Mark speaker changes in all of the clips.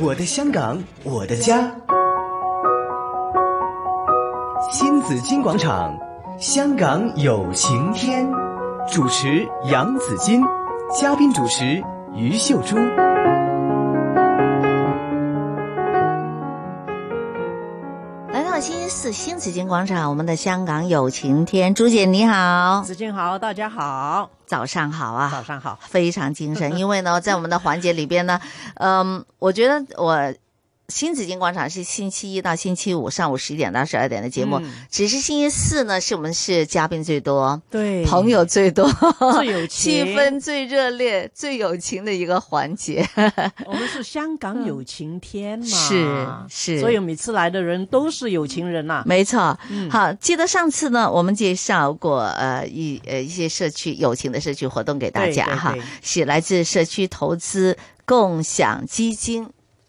Speaker 1: 我的香港，我的家。新紫金广场，香港有晴天。主持杨紫金，嘉宾主持于秀珠。
Speaker 2: 来到星期四新紫金广场，我们的香港有晴天，朱姐你好，
Speaker 3: 子敬好，大家好，
Speaker 2: 早上好啊，
Speaker 3: 早上好。
Speaker 2: 非常精 神，因为呢，在我们的环节里 边呢，嗯，我觉得我新紫金广场是星期一到星期五上午十一点到十二点的节目，
Speaker 3: 嗯
Speaker 2: 只是星期四呢，是我们是嘉宾最多，
Speaker 3: 对，
Speaker 2: 朋友最多，
Speaker 3: 最 有
Speaker 2: 气
Speaker 3: 情
Speaker 2: 氛最热烈、最有情的一个环节。
Speaker 3: 我们是香港有晴天嘛，
Speaker 2: 是嗯 是
Speaker 3: 所以每次来的人都是有情人呐、
Speaker 2: 没错，
Speaker 3: 嗯
Speaker 2: 好，记得上次呢，我们介绍过呃一呃一些社区友情的社区活动给大
Speaker 3: 对
Speaker 2: 家
Speaker 3: 对
Speaker 2: 哈
Speaker 3: 对，
Speaker 2: 是来自社区投资共享基金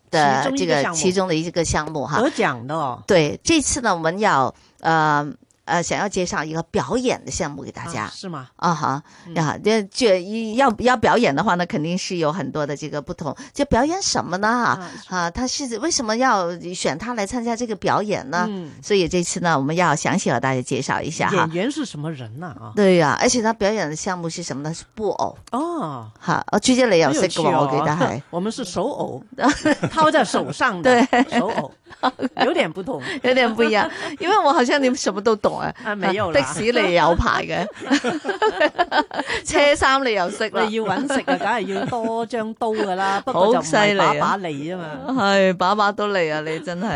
Speaker 2: 的
Speaker 3: 其中一
Speaker 2: 这
Speaker 3: 个
Speaker 2: 个
Speaker 3: 项目
Speaker 2: 其中的一个项目哈。
Speaker 3: 得奖的哦，
Speaker 2: 对，这次呢，我们要呃呃想要介绍一个表演的项目给大家
Speaker 3: 啊。嗯是吗？
Speaker 2: 啊哈呀，这这一要要表演的话呢，肯定是有很多的这个不同。就表演什么呢？啊
Speaker 3: 啊，
Speaker 2: 啊他是为什么要选他来参加这个表演呢？
Speaker 3: 嗯
Speaker 2: 所以这次呢，我们要详细和大家介绍一下哈
Speaker 3: 演。员是什么人呐、啊？
Speaker 2: 对呀、而且他表演的项目是什么呢？是布偶
Speaker 3: 哦，
Speaker 2: 哈。哦，朱姐你又
Speaker 3: 好
Speaker 2: 識
Speaker 3: 有趣
Speaker 2: 嘅喎，
Speaker 3: 哦
Speaker 2: 我記得係
Speaker 3: 我们是手 偶，掏在手上的手偶，有点不 同。
Speaker 2: 有點不一 樣，因為我好像你什麼都懂啊。
Speaker 3: 啊沒有啦
Speaker 2: 的士你有牌 嘅，車衫你又識啦
Speaker 3: 你。要揾食啊，梗係要多張刀噶啦，不過就唔
Speaker 2: 好犀
Speaker 3: 係
Speaker 2: 利啊
Speaker 3: 把把利啊嘛。
Speaker 2: 哎，把把都累啊，你真系。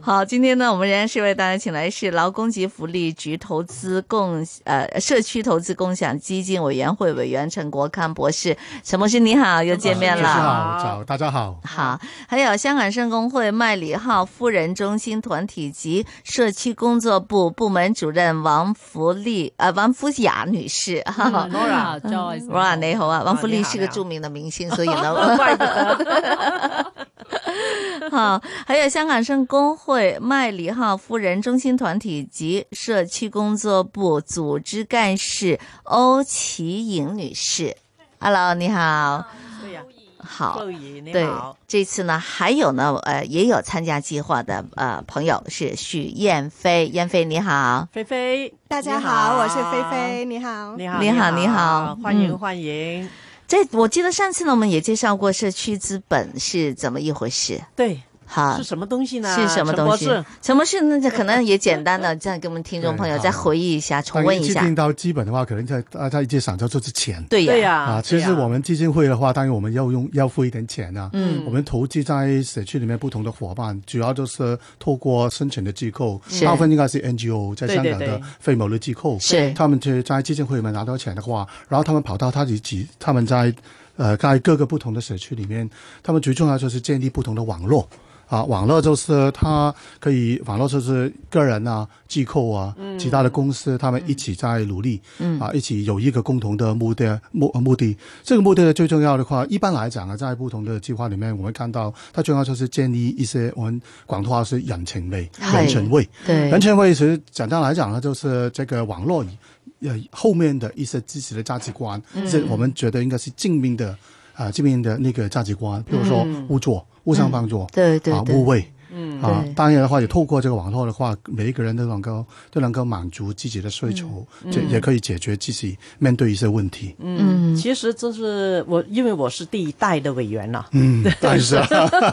Speaker 2: 好，今天呢，我们仍然是为大家请来是劳工及福利局投资共呃社区投资共享基金委员会委员陈国康博士，陈博士你好，又见面
Speaker 3: 啊
Speaker 2: 了。
Speaker 3: 你好
Speaker 4: 早早，大家好。
Speaker 2: 好，
Speaker 3: 嗯
Speaker 2: 还有香港圣公会麦理浩夫人中心团体及社区工作部部门主任王福利呃王福雅女士哈哈。
Speaker 3: Nora
Speaker 5: Joyce，
Speaker 2: 罗兰嗯你好啊，王
Speaker 3: 啊
Speaker 2: 福
Speaker 3: 嗯你
Speaker 2: 利
Speaker 3: 好
Speaker 2: 是
Speaker 3: 你
Speaker 2: 个
Speaker 3: 好
Speaker 2: 著名的明星，所以呢，
Speaker 3: 怪不得
Speaker 2: 好，还有香港圣公会麦理浩夫人中心团体及社区工作部组织干事欧奇颖女士，Hello，你好，
Speaker 3: 对呀
Speaker 2: 好。
Speaker 3: ，Chloe，你
Speaker 2: 对
Speaker 3: 好。，
Speaker 2: 这次呢，还有呢，呃，也有参加计划的呃朋友是许燕飞，燕飞你好，
Speaker 3: 菲菲，
Speaker 6: 大家
Speaker 3: 你
Speaker 6: 好，我是菲菲，。你好。
Speaker 3: 你好，
Speaker 2: 你好你
Speaker 3: 你
Speaker 2: 好
Speaker 3: 欢迎
Speaker 2: 嗯
Speaker 3: 欢迎。
Speaker 2: 这我记得上次呢，我们也介绍过社区资本是怎么一回事，
Speaker 3: 对，
Speaker 2: 好
Speaker 3: 是，什么东西呢？
Speaker 2: 啊是什么
Speaker 3: 陈
Speaker 2: 东
Speaker 3: 博
Speaker 2: 西
Speaker 3: 士？
Speaker 2: 什么是那这可能也简单的，这样给我们听众朋友
Speaker 4: 对
Speaker 2: 再
Speaker 4: 好
Speaker 2: 回忆一下，重温一
Speaker 4: 大
Speaker 2: 下
Speaker 4: 家。听到基本的话，可能在大家一直想叫做是钱
Speaker 2: 对呀，
Speaker 3: 对呀、
Speaker 4: 啊。其
Speaker 3: 对
Speaker 4: 实
Speaker 3: 呀
Speaker 4: 我们基金会的话，当然我们要用要付一点钱啊。
Speaker 2: 嗯
Speaker 4: 我们投资在社区里面不同的伙伴，主要就是透过生存的机构
Speaker 2: 是，
Speaker 4: 大部分应该是 NGO，在
Speaker 3: 对
Speaker 4: 香
Speaker 3: 对
Speaker 4: 港
Speaker 3: 对
Speaker 4: 的非牟利机构，
Speaker 2: 是
Speaker 4: 他们去在基金会里面拿到钱的话，然后他们跑到他自己，他们在呃在各个不同的社区里面，他们最重要就是建立不同的网络。啊，网络就是它可以，网络就是个人啊、机构啊、其他的公司，他们一起在努力，嗯、啊，一起有一个共同的目的目目的。这个目的最重要的话，一般来讲啊，在不同的计划里面，我们看到它重要就是建立一些我们广东话是人情味、
Speaker 2: 是
Speaker 4: 人情味。
Speaker 3: 嗯
Speaker 2: 对
Speaker 4: 人权会其实简单来讲呢，就是这个网络呃后面的一些支持的价值观，是我们觉得应该是正面的啊、呃、正面的那个价值观，比如说互助、互相帮助、
Speaker 2: 对对
Speaker 4: 啊
Speaker 2: 对
Speaker 4: 互惠。
Speaker 3: 嗯
Speaker 4: 啊
Speaker 2: 对，
Speaker 4: 当然的话，也透过这个网络的话，每一个人都能够都能够满足自己的需求，这、也可以解决自己面对一些问题。嗯，
Speaker 2: 嗯，
Speaker 3: 其实这是我，因为我是第一代的委员了，
Speaker 4: 但是啊，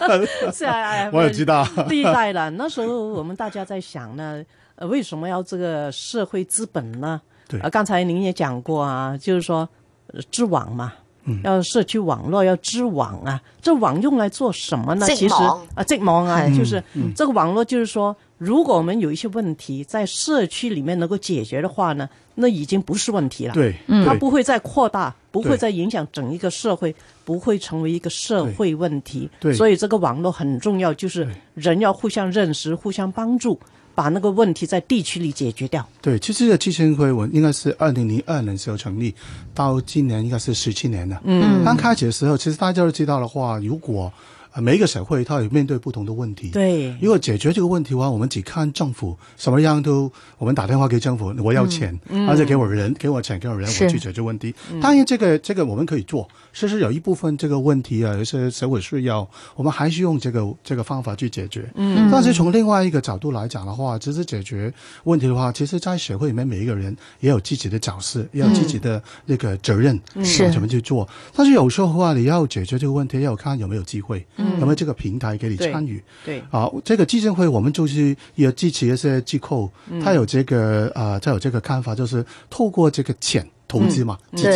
Speaker 3: 是啊，
Speaker 4: 我也知道，
Speaker 3: 第一代了。那时候我们大家在想呢，呃，为什么要这个社会资本呢？
Speaker 4: 对
Speaker 3: 呃，刚才您也讲过啊，就是说，呃知网嘛。
Speaker 2: 嗯
Speaker 3: 要社区网络，要知网啊！这网用来做什么呢？
Speaker 2: 织网
Speaker 3: 其实啊，织网啊，
Speaker 2: 嗯
Speaker 3: 就是、这个网络，就是说，如果我们有一些问题在社区里面能够解决的话呢，那已经不是问题了。
Speaker 4: 对，
Speaker 3: 它
Speaker 4: 嗯对
Speaker 3: 不会再扩大，不会
Speaker 4: 对
Speaker 3: 再影响整一个社会，不会成为一个社会问题。
Speaker 4: 对对
Speaker 3: 所以这个网络很重要，就是人要互相认识、互相帮助，把那个问题在地区里解决掉。
Speaker 4: 对，其实这基金会我应该是二零零二年时候成立，
Speaker 3: 嗯
Speaker 4: 到今年应该是十七年了。嗯，刚开始的时候，其实大家都知道的话，如果呃每一个社会它也面对不同的问题。
Speaker 3: 对，
Speaker 4: 如果解决这个问题的话，我们只看政府什么样都，我们打电话给政府，我要钱，而且给我人，给我钱，给我人，
Speaker 2: 是
Speaker 4: 我去解决问题。当然，这个这个我们可以做，其实有一部分这个问题啊，有一些社会需要，我们还是用这个这个方法去解决。嗯，但是从另外一个角度来讲的话，只是解决问题的话，其实在社会里面每一个人也有自己的角色，也有自己的那个责任，
Speaker 2: 是
Speaker 4: 怎么去做。但是有时候的话，你要解决这个问题，要看有没有机会，
Speaker 3: 嗯
Speaker 4: 有没有这个平台给你
Speaker 3: 对
Speaker 4: 参与。
Speaker 3: 对，
Speaker 4: 啊，这个基金会我们就是也支持一些机构，他有这个啊，他、有这个看法，就是透过这个钱投资嘛，基金，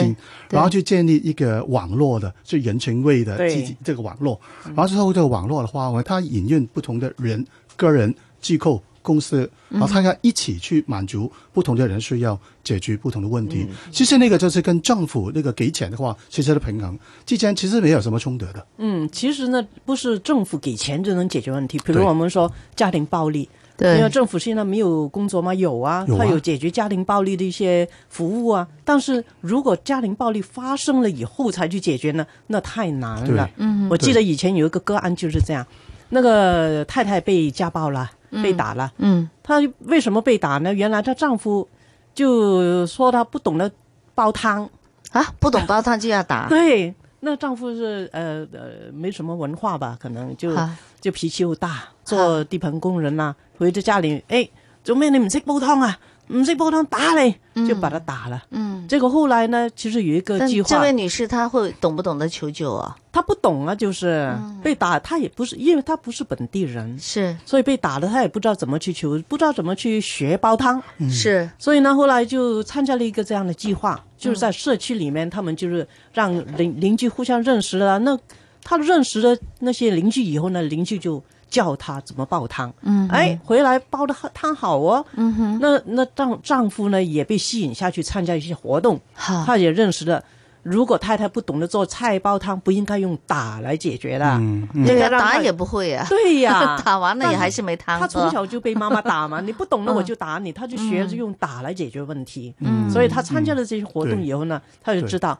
Speaker 2: 对
Speaker 4: 然后去建立一个网络的，就人权位的
Speaker 3: 对
Speaker 4: 基金这个网络，然后之后这个网络的话，我它引用不同的人、个人、机构。公司，然后大家一起去满足不同的人需要，解决不同的问题。其实那个就是跟政府那个给钱的话，其实的平衡之间其实没有什么冲突的。
Speaker 3: 嗯，其实呢，不是政府给钱就能解决问题，比如
Speaker 4: 对
Speaker 3: 我们说家庭暴力。因为
Speaker 2: 对，
Speaker 3: 政府现在没有工作吗？有啊，
Speaker 4: 有啊
Speaker 3: 它有解决家庭暴力的一些服务啊。但是如果家庭暴力发生了以后才去解决呢，那太难了
Speaker 4: 对。
Speaker 3: 嗯，我记得以前有一个个案就是这样，那个太太被家暴了，被打了。
Speaker 2: 嗯，
Speaker 3: 她为什么被打呢？原来她丈夫就说她不懂得煲汤，
Speaker 2: 啊，不懂煲汤就要打，
Speaker 3: 对，那丈夫是呃呃没什么文化吧，可能就
Speaker 2: 啊
Speaker 3: 就脾气又大，做地盘工人啦、回到家里，哎，做咩你唔識煲湯啊？唔識煲湯打你，就把他打了。
Speaker 2: 嗯。
Speaker 3: 这个后来呢，其实有一个
Speaker 2: 但
Speaker 3: 计
Speaker 2: 这
Speaker 3: 划
Speaker 2: 位，女士她会懂不懂得求救啊？
Speaker 3: 他不懂啊，就是、
Speaker 2: 嗯
Speaker 3: 被打，他也不是，因为他不是本地人，
Speaker 2: 是
Speaker 3: 所以被打了，他也不知道怎么去求，不知道怎么去学煲汤。
Speaker 4: 嗯
Speaker 2: 是，
Speaker 3: 所以呢，后来就参加了一个这样的计划，就是在社区里面，他们就是让邻邻居互相认识了。那他认识了那些邻居以后呢，邻居就教他怎么煲汤。嗯，哎，回来煲的汤好哦。嗯哼，那那丈丈夫呢也被吸引下去参加一些活动，
Speaker 2: 好，
Speaker 3: 他也认识了。如果太太不懂得做菜煲汤，不应该用打来解决的。
Speaker 4: 嗯，嗯
Speaker 3: 应
Speaker 2: 那
Speaker 3: 该
Speaker 2: 个
Speaker 3: 让
Speaker 2: 打
Speaker 3: 她
Speaker 2: 也不会呀，，
Speaker 3: 对啊 呀
Speaker 2: 打完了
Speaker 3: 但
Speaker 2: 也
Speaker 3: 是
Speaker 2: 还是没汤啊
Speaker 3: 他从
Speaker 2: 喝。
Speaker 3: 小就被妈妈打嘛，你不懂了
Speaker 2: 嗯
Speaker 3: 我就打你，他就学着用打来解决问题。嗯，所以他参加了这些活动以后呢，他就知道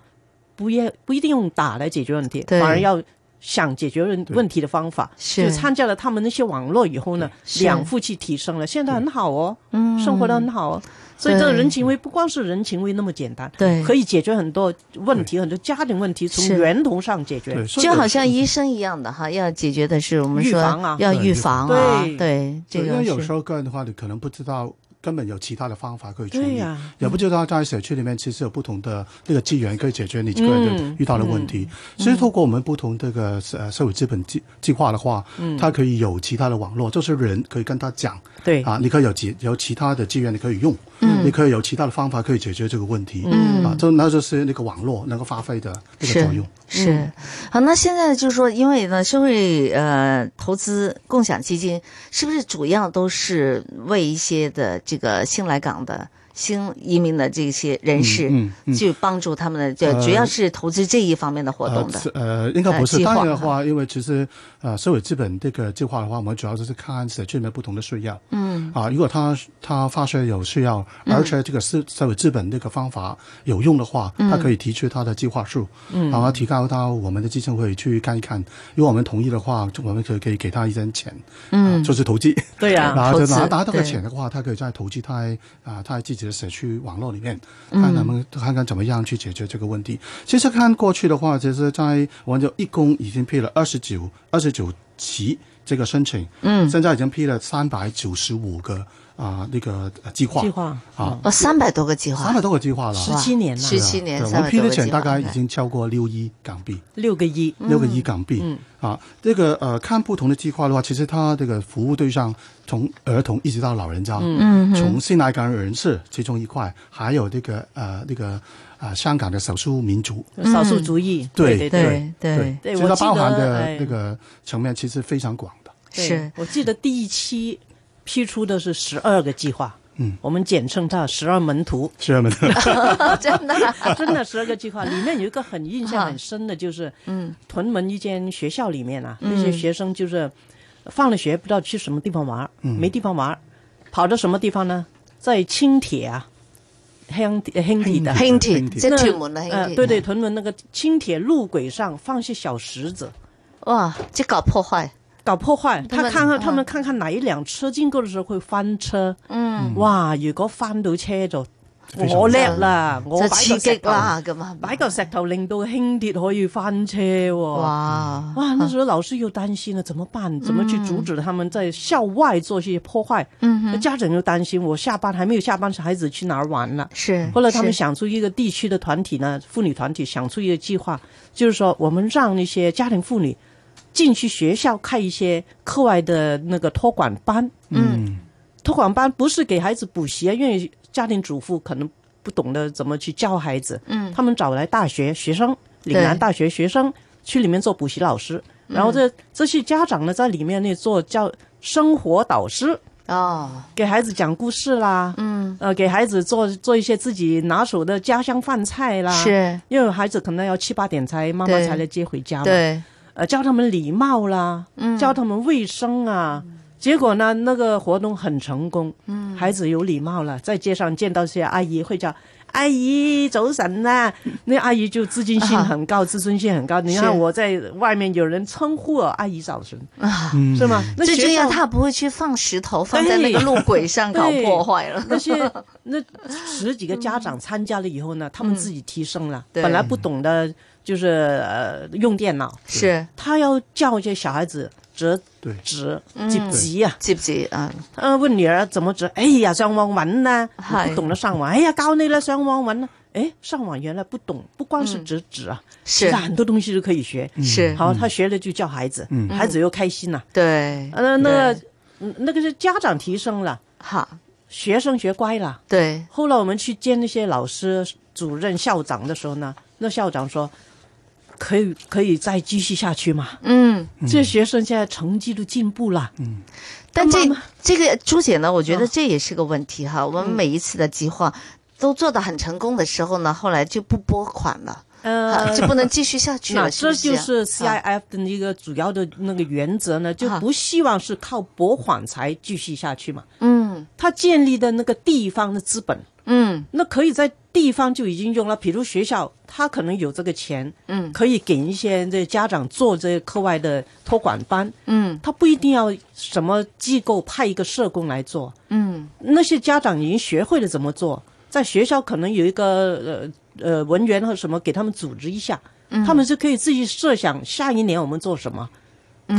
Speaker 3: 不要不一定用打来解决问题，
Speaker 2: 对
Speaker 3: 反而要想解决问
Speaker 4: 对
Speaker 3: 问题的方法。
Speaker 2: 是
Speaker 3: 就参加了他们那些网络以后呢，
Speaker 2: 是
Speaker 3: 两夫妻提升了，现在很好哦，嗯，生活的很好哦。所以这个人情味不光是人情味那么简单，
Speaker 2: 对
Speaker 3: 可以解决很多问题，很多家庭问题从
Speaker 2: 是
Speaker 3: 源头上解决
Speaker 4: 对，。所以
Speaker 2: 就
Speaker 4: 有
Speaker 2: 好像医生一样的哈，要解决的是我们
Speaker 3: 预
Speaker 2: 说
Speaker 3: 防啊
Speaker 2: 要
Speaker 4: 对
Speaker 2: 预
Speaker 4: 预
Speaker 2: 防
Speaker 4: 防
Speaker 2: 啊，
Speaker 3: 对
Speaker 2: 对这
Speaker 4: 对因
Speaker 2: 个
Speaker 4: 为有时
Speaker 2: 是
Speaker 4: 候个人的话，你可能不知道根本有其他的方法可以处
Speaker 3: 对
Speaker 4: 理，
Speaker 3: 呀
Speaker 4: 也不知道在社区里面其实有不同的那个资源可以解决你个人的
Speaker 3: 嗯
Speaker 4: 遇到的问题。所以透过我们不同这个呃社会资本计计划的话，
Speaker 3: 嗯
Speaker 4: 它可以有其他的网络，就是人可以跟他讲
Speaker 3: 对，嗯
Speaker 4: 啊，你可以有其有其他的资源你可以用，
Speaker 2: 嗯
Speaker 4: 你可以有其他的方法可以解决这个问题。啊，就那就是那个网络能够发挥的那个
Speaker 2: 是
Speaker 4: 作用。
Speaker 2: 是好。那现在就是说，因为呢，社会呃投资共享基金是不是主要都是为一些的这个新来港的新移民的这些人士
Speaker 4: 嗯嗯
Speaker 2: 去帮助他们的，就主要是投资这一方面的活动的
Speaker 4: 呃，是呃，应该不
Speaker 2: 呃
Speaker 4: 是。
Speaker 2: 计划
Speaker 4: 当然的话，因为其实呃，社会资本这个计划的话，我们主要就是看社区里面不同的需要。嗯。啊，如果他他发现有需要，
Speaker 2: 嗯
Speaker 4: 而且这个社社会资本这个方法有用的话，
Speaker 2: 嗯
Speaker 4: 他可以提出他的计划书，嗯、然后提高到我们的基金会去看一看。如果我们同意的话，就我们可以可以给他一些钱，嗯、就是投资。
Speaker 3: 对呀、
Speaker 4: 然后
Speaker 2: 啊投
Speaker 4: 就
Speaker 2: 资
Speaker 4: 拿拿到
Speaker 2: 对
Speaker 4: 个钱的话，他可以再投资在啊他自己的社区网络里面，
Speaker 2: 嗯
Speaker 4: 看他们看看怎么样去解决这个问题。其实看过去的话，其实在我们就一共已经批了二十九二十九期这个申请，嗯，现在已经批了三百九十五个啊、那个呃计划
Speaker 3: 计划嗯
Speaker 4: 啊，
Speaker 2: 哦，三百多个计划
Speaker 4: 三百，多个计划了。
Speaker 3: 是17年了
Speaker 2: 十
Speaker 4: 对
Speaker 2: 七
Speaker 4: 啊
Speaker 2: 年，
Speaker 4: 对我
Speaker 2: 三
Speaker 4: 们
Speaker 2: 百
Speaker 4: 批
Speaker 2: 多
Speaker 4: 的
Speaker 2: 个计
Speaker 4: 钱
Speaker 2: 划，
Speaker 4: 大概已
Speaker 2: OK
Speaker 4: 经超过六亿港币。
Speaker 3: 六个一，
Speaker 4: 六个亿港币、
Speaker 3: 嗯
Speaker 4: 啊。这个呃，看不同的计划的话，其实它这个服务对象从儿童一直到老人家，嗯，从新来港人士其中一块，还有这个呃那个啊、呃香港的少数民族，
Speaker 2: 嗯
Speaker 3: 少数族裔，
Speaker 4: 对
Speaker 3: 对
Speaker 2: 对对
Speaker 4: 对，
Speaker 3: 对
Speaker 4: 所以它
Speaker 3: 我记得
Speaker 4: 包含的
Speaker 3: 哎
Speaker 4: 那个层面其实非常广的。
Speaker 3: 对
Speaker 2: 是
Speaker 3: 我记得第一期批出的是十二个计划，
Speaker 4: 嗯，。
Speaker 3: 我们简称它十二门徒
Speaker 4: 是啊这么的，
Speaker 2: 真的 啊
Speaker 3: 啊真的十二个计划， 里面有一个很印象很深的，就是嗯，屯门一间学校里面啊，那些学生就是放了学不知道去什么地方玩儿，没地方玩儿，跑到什么地方呢？在轻铁啊，轻铁轻铁的
Speaker 2: 輕
Speaker 4: 輕
Speaker 2: 鐵
Speaker 4: 鐵
Speaker 2: 即係
Speaker 3: 那
Speaker 2: 屯門啦，輕
Speaker 3: 呃
Speaker 2: 鐵
Speaker 3: 对对，屯门那个轻铁路轨上放些小石子，
Speaker 2: 哇，就搞破坏，
Speaker 3: 搞破坏。
Speaker 2: 他
Speaker 3: 他
Speaker 2: 们
Speaker 3: 看看
Speaker 2: 嗯
Speaker 3: 他们看看哪一辆车經過嘅時候會翻車。
Speaker 2: 嗯，
Speaker 3: 哇！如果翻到車就
Speaker 4: 非常
Speaker 3: 我叻啦，我
Speaker 2: 就
Speaker 3: 擺
Speaker 2: 刺
Speaker 3: 個
Speaker 2: 激
Speaker 3: 石頭，
Speaker 2: 啦咁啊，
Speaker 3: 擺嚿石頭令到輕鐵可以翻車喎。
Speaker 2: 哇嗯
Speaker 3: 哇，那时候老师又担心了，啊怎么办？怎么去阻止他们在校外做一些破坏？嗯，家长又担心，我下班还没有下班，孩子去哪儿玩了？
Speaker 2: 是，
Speaker 3: 后来他们
Speaker 2: 是
Speaker 3: 想出一个地区的团体呢，妇女团体想出一个计划，就是说我们让那些家庭妇女进去学校开一些课外的那个托管班。
Speaker 4: 嗯，
Speaker 3: 托管班不是给孩子补习啊，因为家庭主妇可能不懂得怎么去教孩子。
Speaker 2: 嗯
Speaker 3: 他们找来大学学生，岭南大学学生去里面做补习老师，然后这这些家长呢在里面呢做教生活导师，
Speaker 2: 哦，
Speaker 3: 给孩子讲故事啦，
Speaker 2: 嗯，
Speaker 3: 呃，给孩子做做一些自己拿手的家乡饭菜啦，，
Speaker 2: 是，
Speaker 3: 因为孩子可能要七八点才妈妈
Speaker 2: 对
Speaker 3: 才来接回家嘛，
Speaker 2: 对，嗯
Speaker 3: 呃，教他们礼貌啦，教他们卫生啊。结果呢，那个活动很成功，嗯，孩子有礼貌了，在街上见到一些阿姨会叫阿姨早 晨呐、那阿姨就自尊心很高，自尊心很高。你
Speaker 2: 啊是
Speaker 3: 看我在外面有人称呼我阿姨早晨，
Speaker 4: 嗯
Speaker 3: 是吗？那
Speaker 2: 最
Speaker 3: 学
Speaker 2: 重要
Speaker 3: 校
Speaker 2: 他不会去放石头放在 那个路轨上搞
Speaker 3: 对
Speaker 2: 破坏了，
Speaker 3: 那些那十几个家长参加了以后呢，他们自己提升了，
Speaker 2: 嗯对
Speaker 3: 本来不懂得就是呃用电脑，
Speaker 2: 是，
Speaker 3: 他要教一些小孩子折
Speaker 4: 对，
Speaker 3: 纸、
Speaker 2: 嗯
Speaker 3: 折纸呀、
Speaker 2: 知唔知啊？
Speaker 3: 啊，問女兒怎麼做？哎呀，上網揾啦，
Speaker 2: 係
Speaker 3: 你不懂得上網。哎呀，教你啦，上網揾啦。哎，上網原來不懂，不光是折紙啊，嗯其
Speaker 2: 嗯是嗯
Speaker 3: 實很多東西都可以學。
Speaker 2: 是，
Speaker 3: 好，他学了就教孩子，孩子又开心了。
Speaker 2: 对，
Speaker 3: 呃，那
Speaker 2: 对
Speaker 3: 个嗯那个是家长提升了，
Speaker 2: 好，
Speaker 3: 学生学乖了。
Speaker 2: 对，
Speaker 3: 后来我们去见那些老师、主任、校长的时候呢，那校长说。可以可以再继续下去嘛？
Speaker 2: 嗯。
Speaker 3: 这些学生现在成绩都进步了，
Speaker 2: 但这
Speaker 3: 慢慢
Speaker 2: 这个朱姐呢，我觉
Speaker 3: 嗯
Speaker 2: 得这也是个问题哈。我们每一次的计划都做得很成功的时候呢，后来就不拨款了，啊
Speaker 3: 呃，
Speaker 2: 就不能继续下去
Speaker 3: 那
Speaker 2: 了，
Speaker 3: 这
Speaker 2: 是啊
Speaker 3: 就
Speaker 2: 不是
Speaker 3: 是 CIF 的一个主要的那个原则呢，就不希望是靠拨款才继续下去嘛。
Speaker 2: 嗯
Speaker 3: 它建立的那个地方的资本，
Speaker 2: 嗯
Speaker 3: 那可以在地方就已经用了，比如学校，它可能有这个钱，
Speaker 2: 嗯
Speaker 3: 可以给一些这家长做这课外的托管班，
Speaker 2: 嗯
Speaker 3: 它不一定要什么机构派一个社工来做，
Speaker 2: 嗯
Speaker 3: 那些家长已经学会了怎么做，在学校可能有一个呃呃文员或什么给他们组织一下，
Speaker 2: 嗯
Speaker 3: 他们就可以自己设想下一年我们做什么，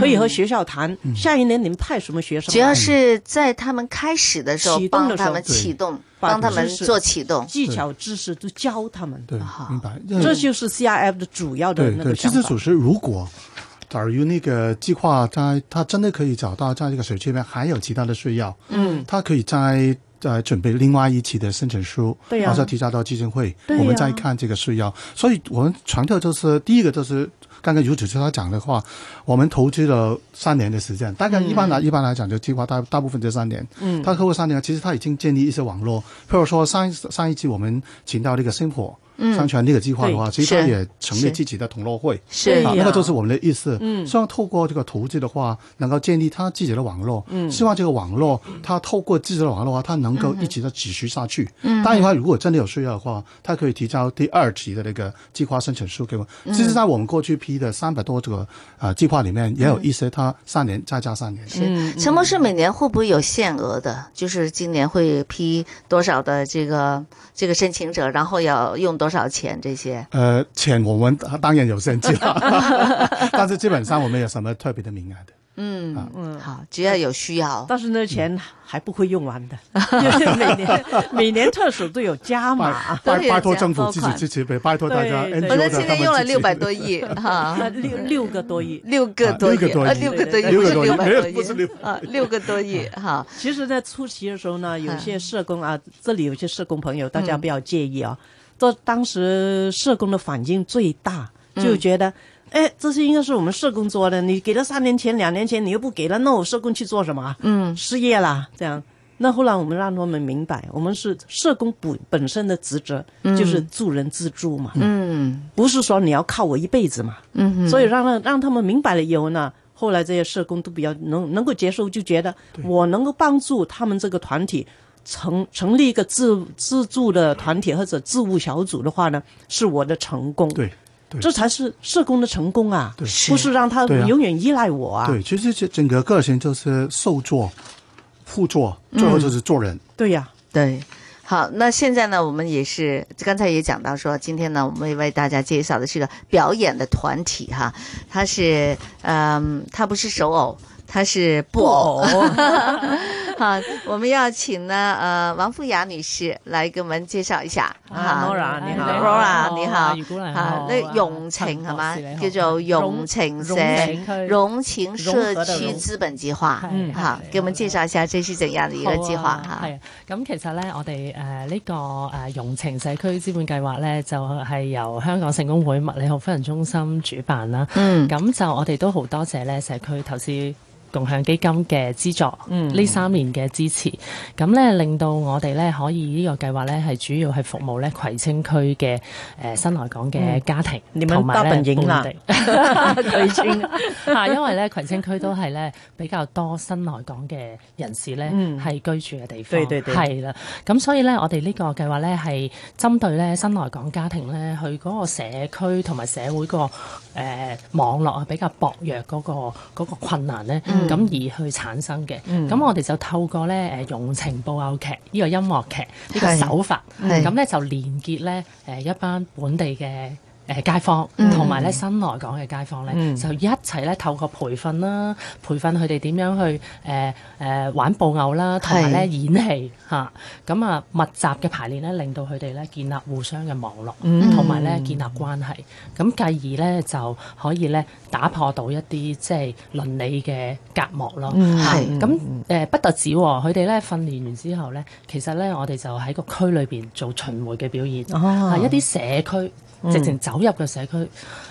Speaker 3: 可以和学校谈、下一年你们派什么学生
Speaker 2: 主嗯要
Speaker 3: 来，
Speaker 2: 是在他们开始的时候
Speaker 3: 启动
Speaker 2: 帮
Speaker 3: 的时
Speaker 2: 他
Speaker 3: 候
Speaker 2: 们
Speaker 4: 对
Speaker 2: 启动，
Speaker 3: 把
Speaker 2: 帮他们
Speaker 3: 知识
Speaker 2: 做启动，
Speaker 3: 技巧知识都教他们，
Speaker 4: 对，明白。
Speaker 3: 这就是 CRF 的主要的
Speaker 4: 嗯对
Speaker 3: 那
Speaker 4: 对，
Speaker 3: 个
Speaker 4: 其
Speaker 3: 想
Speaker 4: 实
Speaker 3: 法
Speaker 4: 属。实如果。假如那个计划在它真的可以找到在这个水区里面还有其他的需要，嗯，它可以再呃准备另外一期的申请书，
Speaker 3: 对呀
Speaker 4: 然后再提交到基金会，
Speaker 3: 对呀
Speaker 4: 我们再看这个需要。所以我们强调就是第一个就是刚刚尤主持他讲的话，我们投资了三年的时间，大概
Speaker 3: 嗯
Speaker 4: 一般来、一般来讲，就计划大大部分这三年，嗯，他客户三年，其实他已经建立一些网络，譬如说上一上一期我们请到那个星火。
Speaker 3: 嗯
Speaker 4: 商传这个计划的话，其实他
Speaker 2: 是
Speaker 4: 也呃成立
Speaker 2: 是
Speaker 4: 自己的同乐会，
Speaker 2: 是
Speaker 4: 啊
Speaker 3: 对，呀
Speaker 4: 那个就是我们的意思。嗯，希望透过这个投资的话，能够建立他自己的网络。嗯，希望这个网络，他透过自己的网络的话，他能够一直的持续下去。嗯，当然的话，如果真的有需要的话，他可以提交第二期的那个计划申请书给我。其实，在我们过去批的三百多这个呃计划里面，也有一些他三年再加三年。
Speaker 2: 是
Speaker 3: 嗯
Speaker 2: 陈博士每年会不会有限额的？就是今年会批多少的这个这个申请者，然后要用多少钱这些？
Speaker 4: 呃，钱我们当然有限制了， 但是基本上我们有什么特别的名额的。
Speaker 2: 嗯嗯，好，只要有需要，
Speaker 3: 但是那
Speaker 4: 嗯
Speaker 3: 钱还不会用完的，因为每年 每年特首都有加
Speaker 4: 拜
Speaker 3: 码，
Speaker 4: 拜
Speaker 2: 都有
Speaker 4: 拜托
Speaker 2: 这样
Speaker 4: 政府
Speaker 2: 拨
Speaker 4: 自己
Speaker 2: 款
Speaker 4: 支持呗，拜托大家
Speaker 3: 对
Speaker 2: 我
Speaker 3: 对
Speaker 4: NGO 的他
Speaker 2: 们
Speaker 4: 们
Speaker 2: 今年用了
Speaker 4: 自己
Speaker 2: 六百多 亿哈。
Speaker 3: 那啊六六个多亿。
Speaker 2: 六个
Speaker 4: 啊
Speaker 2: 多
Speaker 4: 六个
Speaker 2: 亿，
Speaker 4: 多亿
Speaker 2: 呃，六个多亿，不是
Speaker 4: 六个多亿
Speaker 2: 六百
Speaker 4: 没有
Speaker 2: 多
Speaker 4: 不是
Speaker 2: 亿
Speaker 4: 六
Speaker 2: 啊，六个多亿哈，
Speaker 3: 其实，在初期的时候呢，有些社工啊，这里有些社工朋友，大家不要介意啊。这当时社工的反应最大，就觉得，哎，这些应该是我们社工做的，你给了三年前、两年前，你又不给了，那我社工去做什么啊？
Speaker 2: 嗯
Speaker 3: 失业啦，这样。那后来我们让他们明白，我们是社工本本身的职责就是助人自助嘛，
Speaker 2: 嗯
Speaker 3: 不是说你要靠我一辈子嘛。
Speaker 2: 嗯哼，
Speaker 3: 所以让让让他们明白了以后呢，后来这些社工都比较能能够接受，就觉得我能够帮助他们这个团体成成立一个自自助的团体或者自务小组的话呢，是我的成功。
Speaker 4: 对，对
Speaker 3: 这才是社工的成功啊！
Speaker 4: 对
Speaker 3: 不是让他
Speaker 4: 对啊
Speaker 3: 永远依赖我啊！
Speaker 4: 对，其实这整个个性就是受做、互做，最
Speaker 2: 嗯
Speaker 4: 后就是做人。
Speaker 3: 对呀、
Speaker 2: 对，好，那现在呢，我们也是刚才也讲到说，今天呢，我们也为大家介绍的是个表演的团体哈，它是嗯，它不是手偶，它是布偶。
Speaker 3: 哦
Speaker 2: 好，我们要请呢呃王富雅女士来给我们介绍一下
Speaker 5: 啊
Speaker 2: 哈
Speaker 5: ，Nora 你好哦
Speaker 2: Nora 哎你好，
Speaker 5: 如果嚟
Speaker 2: 啊，
Speaker 5: 好
Speaker 2: 那
Speaker 5: 啊
Speaker 2: 融情係嘛
Speaker 5: 陳博士你？好啊
Speaker 2: 叫做融情社
Speaker 5: 融情區
Speaker 2: 融情社
Speaker 3: 融合的
Speaker 2: 區
Speaker 3: 融
Speaker 2: 資本計劃
Speaker 5: 嗯
Speaker 2: 哈
Speaker 5: 係，
Speaker 2: 給我們介紹一下這是怎樣的一個計劃
Speaker 5: 好啊
Speaker 2: 哈？
Speaker 5: 係啊咁其實咧，我哋誒呢個誒融情社區資本計劃咧，就係由香港聖公會麥理浩夫人中心主辦啦。
Speaker 2: 嗯
Speaker 5: 咁就我哋都好多謝咧社區投資共享基金嘅資助，呢、
Speaker 3: 嗯
Speaker 5: 三年嘅支持，咁咧令到我哋咧可以呢個計劃咧係主要係服務咧葵青區嘅誒、呃新來港嘅家庭，
Speaker 3: 嗯你們
Speaker 5: 同埋
Speaker 3: 搭
Speaker 5: 咧
Speaker 3: 笨影啦
Speaker 5: 本地 葵青嚇，因為咧葵青區都係咧比較多新來港嘅人士咧
Speaker 3: 嗯
Speaker 5: 係居住嘅地方，
Speaker 3: 對對對
Speaker 5: 係啦，咁所以咧我哋呢個計劃咧係針對咧新來港家庭咧佢嗰個社區同埋社會個。誒、網絡啊比較薄弱嗰、個嗰個困難咧，咁、而去產生嘅。咁、我哋就透過咧誒用情布偶劇呢、個音樂劇呢、個
Speaker 2: 係
Speaker 5: 手法，
Speaker 2: 係
Speaker 5: 咁咧就連結咧誒、呃一班本地嘅。誒街坊
Speaker 2: 嗯
Speaker 5: 同埋咧新來港嘅街坊咧，
Speaker 3: 嗯
Speaker 5: 就一齊咧透過培訓啦，培訓佢哋點樣去誒誒、呃玩布偶啦，同埋
Speaker 2: 係
Speaker 5: 咧演戲嚇，咁啊密集嘅排練咧，令到佢哋咧建立互相嘅網絡，
Speaker 3: 嗯
Speaker 5: 同埋咧建立關係。咁繼而咧就可以咧打破到一啲即係倫理嘅隔膜咯。
Speaker 2: 係
Speaker 5: 咁誒不特止喎，佢哋咧訓練完之後咧，其實咧我哋就喺個區裏邊做巡迴嘅表演，
Speaker 3: 哦
Speaker 5: 啊一啲社區。直情走入個社區，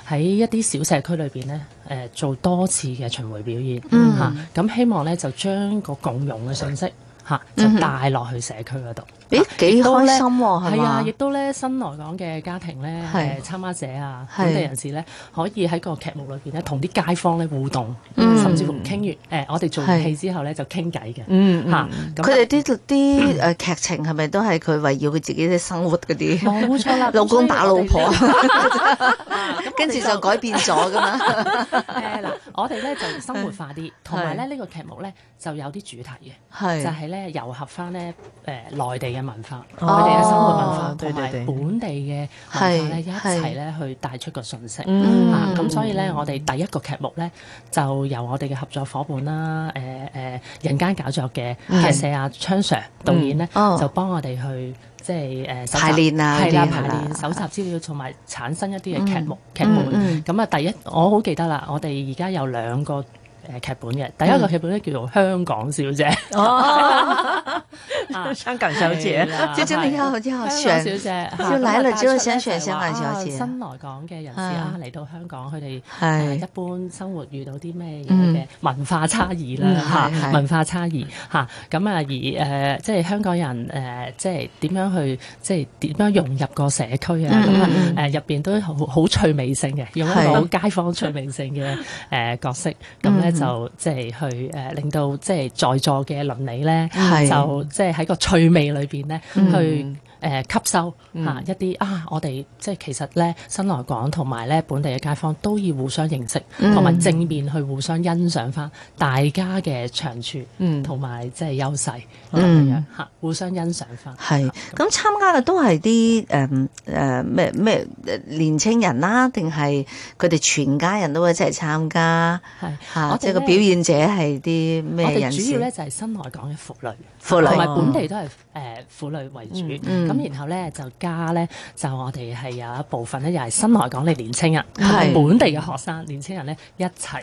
Speaker 5: 喺一啲小社區裏邊咧，誒、做多次嘅巡迴表演嚇，
Speaker 2: 嗯
Speaker 5: 啊咁、希望咧就將個共融嘅信息嚇、就帶落去社區嗰度。
Speaker 2: 咦，幾
Speaker 5: 啊都
Speaker 2: 開
Speaker 5: 咧
Speaker 2: 心喎，係
Speaker 5: 係啊，
Speaker 2: 嘛
Speaker 5: 亦？都咧新來港嘅家庭咧，
Speaker 2: 係
Speaker 5: 誒參加者啊，
Speaker 2: 係
Speaker 5: 本地人士咧，可以喺個劇目裏邊咧，同啲街坊咧互動，
Speaker 2: 嗯
Speaker 5: 甚至乎傾完誒、我哋做完
Speaker 2: 係
Speaker 5: 戲之後咧就傾偈嘅
Speaker 3: 嗯
Speaker 5: 嚇。咁
Speaker 2: 佢哋啲啲誒劇情係咪都係佢圍繞佢自己嘅生活嗰啲？
Speaker 5: 冇錯啦，咁
Speaker 2: 老公
Speaker 5: 所以我哋
Speaker 2: 打老婆
Speaker 5: 呢啊咁我哋
Speaker 2: 跟住就改變咗啊噶 嘛？
Speaker 5: 誒嗱，我哋咧就生活化啲，同埋咧呢個劇目咧就有啲主題嘅。就
Speaker 2: 係
Speaker 5: 係咧糅合翻咧誒內地嘅文化，
Speaker 3: 哦
Speaker 5: 佢哋嘅生活文化
Speaker 3: 對
Speaker 5: 同埋
Speaker 3: 對對
Speaker 5: 本地嘅文化咧一
Speaker 2: 係
Speaker 5: 齊咧去帶出個信息。
Speaker 3: 嗯
Speaker 5: 啊，咁所以咧，我哋第一個劇目咧，就由我哋嘅合作伙伴啦，誒誒人間搞作嘅劇社啊，昌 Sir 導演咧，
Speaker 2: 嗯哦
Speaker 5: 就幫我哋去即係誒呃
Speaker 2: 排練啊
Speaker 5: 係
Speaker 2: 嗰
Speaker 5: 啦，
Speaker 2: 啲係
Speaker 5: 排
Speaker 2: 啦
Speaker 5: 練搜集資料，同埋產生一啲嘅劇目劇
Speaker 2: 嗯
Speaker 5: 本。咁啊，第一我好記得啦，我哋而家有兩個。誒劇本嘅第一
Speaker 2: 嗯
Speaker 5: 個劇本咧叫做《香港小姐》，啊
Speaker 3: 香港小姐
Speaker 7: 哎
Speaker 5: 係 啊啦
Speaker 2: 即係真係要要
Speaker 5: 香港
Speaker 2: 選
Speaker 5: 小姐，
Speaker 2: 就
Speaker 5: 嚇
Speaker 2: 來了之後
Speaker 5: 咁啊帶出
Speaker 2: 想選
Speaker 5: 咧就係
Speaker 2: 香港
Speaker 5: 話
Speaker 2: 小
Speaker 5: 啊
Speaker 2: 姐
Speaker 5: 新來港嘅人士啊
Speaker 2: 啊，
Speaker 5: 嚟到香港，佢哋
Speaker 2: 係
Speaker 5: 誒一般生活遇到啲咩嘢
Speaker 2: 嗯
Speaker 5: 嘅文化差異
Speaker 2: 嗯
Speaker 5: 啦
Speaker 2: 係係
Speaker 5: 嚇，文化差異嚇，咁啊而誒即係香港人誒即係點樣去即係點樣融入個社區啊
Speaker 2: 嗯
Speaker 5: 咁啊
Speaker 2: 嗯
Speaker 5: 誒入邊都好好趣味性嘅，用一個
Speaker 2: 係
Speaker 5: 好街坊趣味性嘅誒角色，
Speaker 2: 嗯
Speaker 5: 咁咧就即係去誒令到即係在座嘅鄰里咧
Speaker 2: 係
Speaker 5: 就。即係喺個趣味裏邊咧，
Speaker 2: 嗯
Speaker 5: 去誒、呃吸收嚇、一啲啊，我哋即係其實咧新來港同埋咧本地嘅街坊都要互相認識，
Speaker 2: 嗯
Speaker 5: 同埋、正面去互相欣賞翻大家嘅長處，同埋即係優勢咁樣
Speaker 2: 嗯
Speaker 5: 嚇、互相欣賞翻。
Speaker 2: 係咁參加嘅都係啲誒誒咩咩誒年青人啦，定係佢哋全家人都一齊參加
Speaker 5: 係
Speaker 2: 嚇？
Speaker 5: 我
Speaker 2: 即係
Speaker 5: 哋
Speaker 2: 個
Speaker 5: 呢
Speaker 2: 表演者係啲
Speaker 5: 我
Speaker 2: 咩
Speaker 5: 哋
Speaker 2: 人
Speaker 5: 主要
Speaker 2: 士
Speaker 5: 咧？就係新來港嘅婦女，
Speaker 2: 婦女
Speaker 5: 同埋本地都係誒婦女為主。咁、
Speaker 2: 哦嗯
Speaker 5: 然後咧就加咧就我哋係有一部分咧又係新來港嘅年青人
Speaker 2: 係
Speaker 5: 同埋本地嘅學生、年青人咧一齊。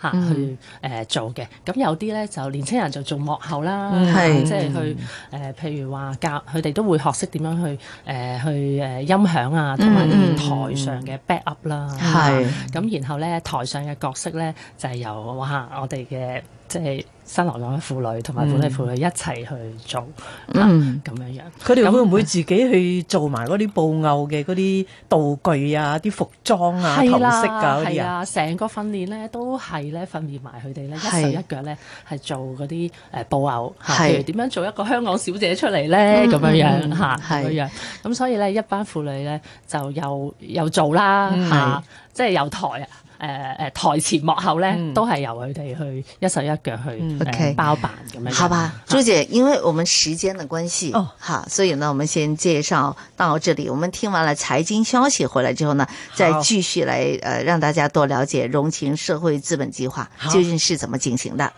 Speaker 5: 嚇
Speaker 2: 嗯
Speaker 5: 去誒、做嘅，咁有啲咧就年青人就做幕後啦，
Speaker 2: 嗯
Speaker 5: 嚇
Speaker 2: 係
Speaker 5: 即係去誒、譬如話教佢哋都會學識點樣去誒、去誒、音響啊，同埋
Speaker 2: 嗯
Speaker 5: 台上嘅 back up 啦，啊
Speaker 2: 係嗯
Speaker 5: 咁然後咧，台上嘅角色咧就係、由哇我哋嘅即係新來港嘅婦女同埋本地婦女一齊去做，
Speaker 2: 嗯
Speaker 5: 啊咁樣樣。
Speaker 7: 佢哋會唔會自己去做埋嗰啲布偶嘅嗰啲道具啊、啲服裝啊、頭
Speaker 5: 係啦
Speaker 7: 飾啊嗰
Speaker 5: 係
Speaker 7: 啲啊？
Speaker 5: 啊，成個訓練咧都係係咧訓練埋佢哋咧一
Speaker 2: 係
Speaker 5: 手一腳咧係做嗰啲誒布偶嚇，
Speaker 2: 係
Speaker 5: 譬如點樣做一個香港小姐出嚟
Speaker 7: 嗯
Speaker 5: 咧咁樣樣嚇，
Speaker 2: 係
Speaker 5: 咁樣樣咁所以咧一班婦女咧就又又做啦
Speaker 7: 嗯
Speaker 5: 嚇，即係由台啊。誒誒、台前幕後咧，
Speaker 7: 嗯
Speaker 5: 都係由佢哋去一手一腳去誒、
Speaker 7: 嗯
Speaker 2: OK
Speaker 5: 包辦咁樣樣。
Speaker 2: 好吧，朱姐，因为我们时间的关系，
Speaker 7: 哦
Speaker 2: 好，所以呢，我们先介绍到这里。我们听完了财经消息回来之后呢，再继续来呃，让大家多了解融情社会资本计划
Speaker 7: 好
Speaker 2: 究竟是怎么进行的。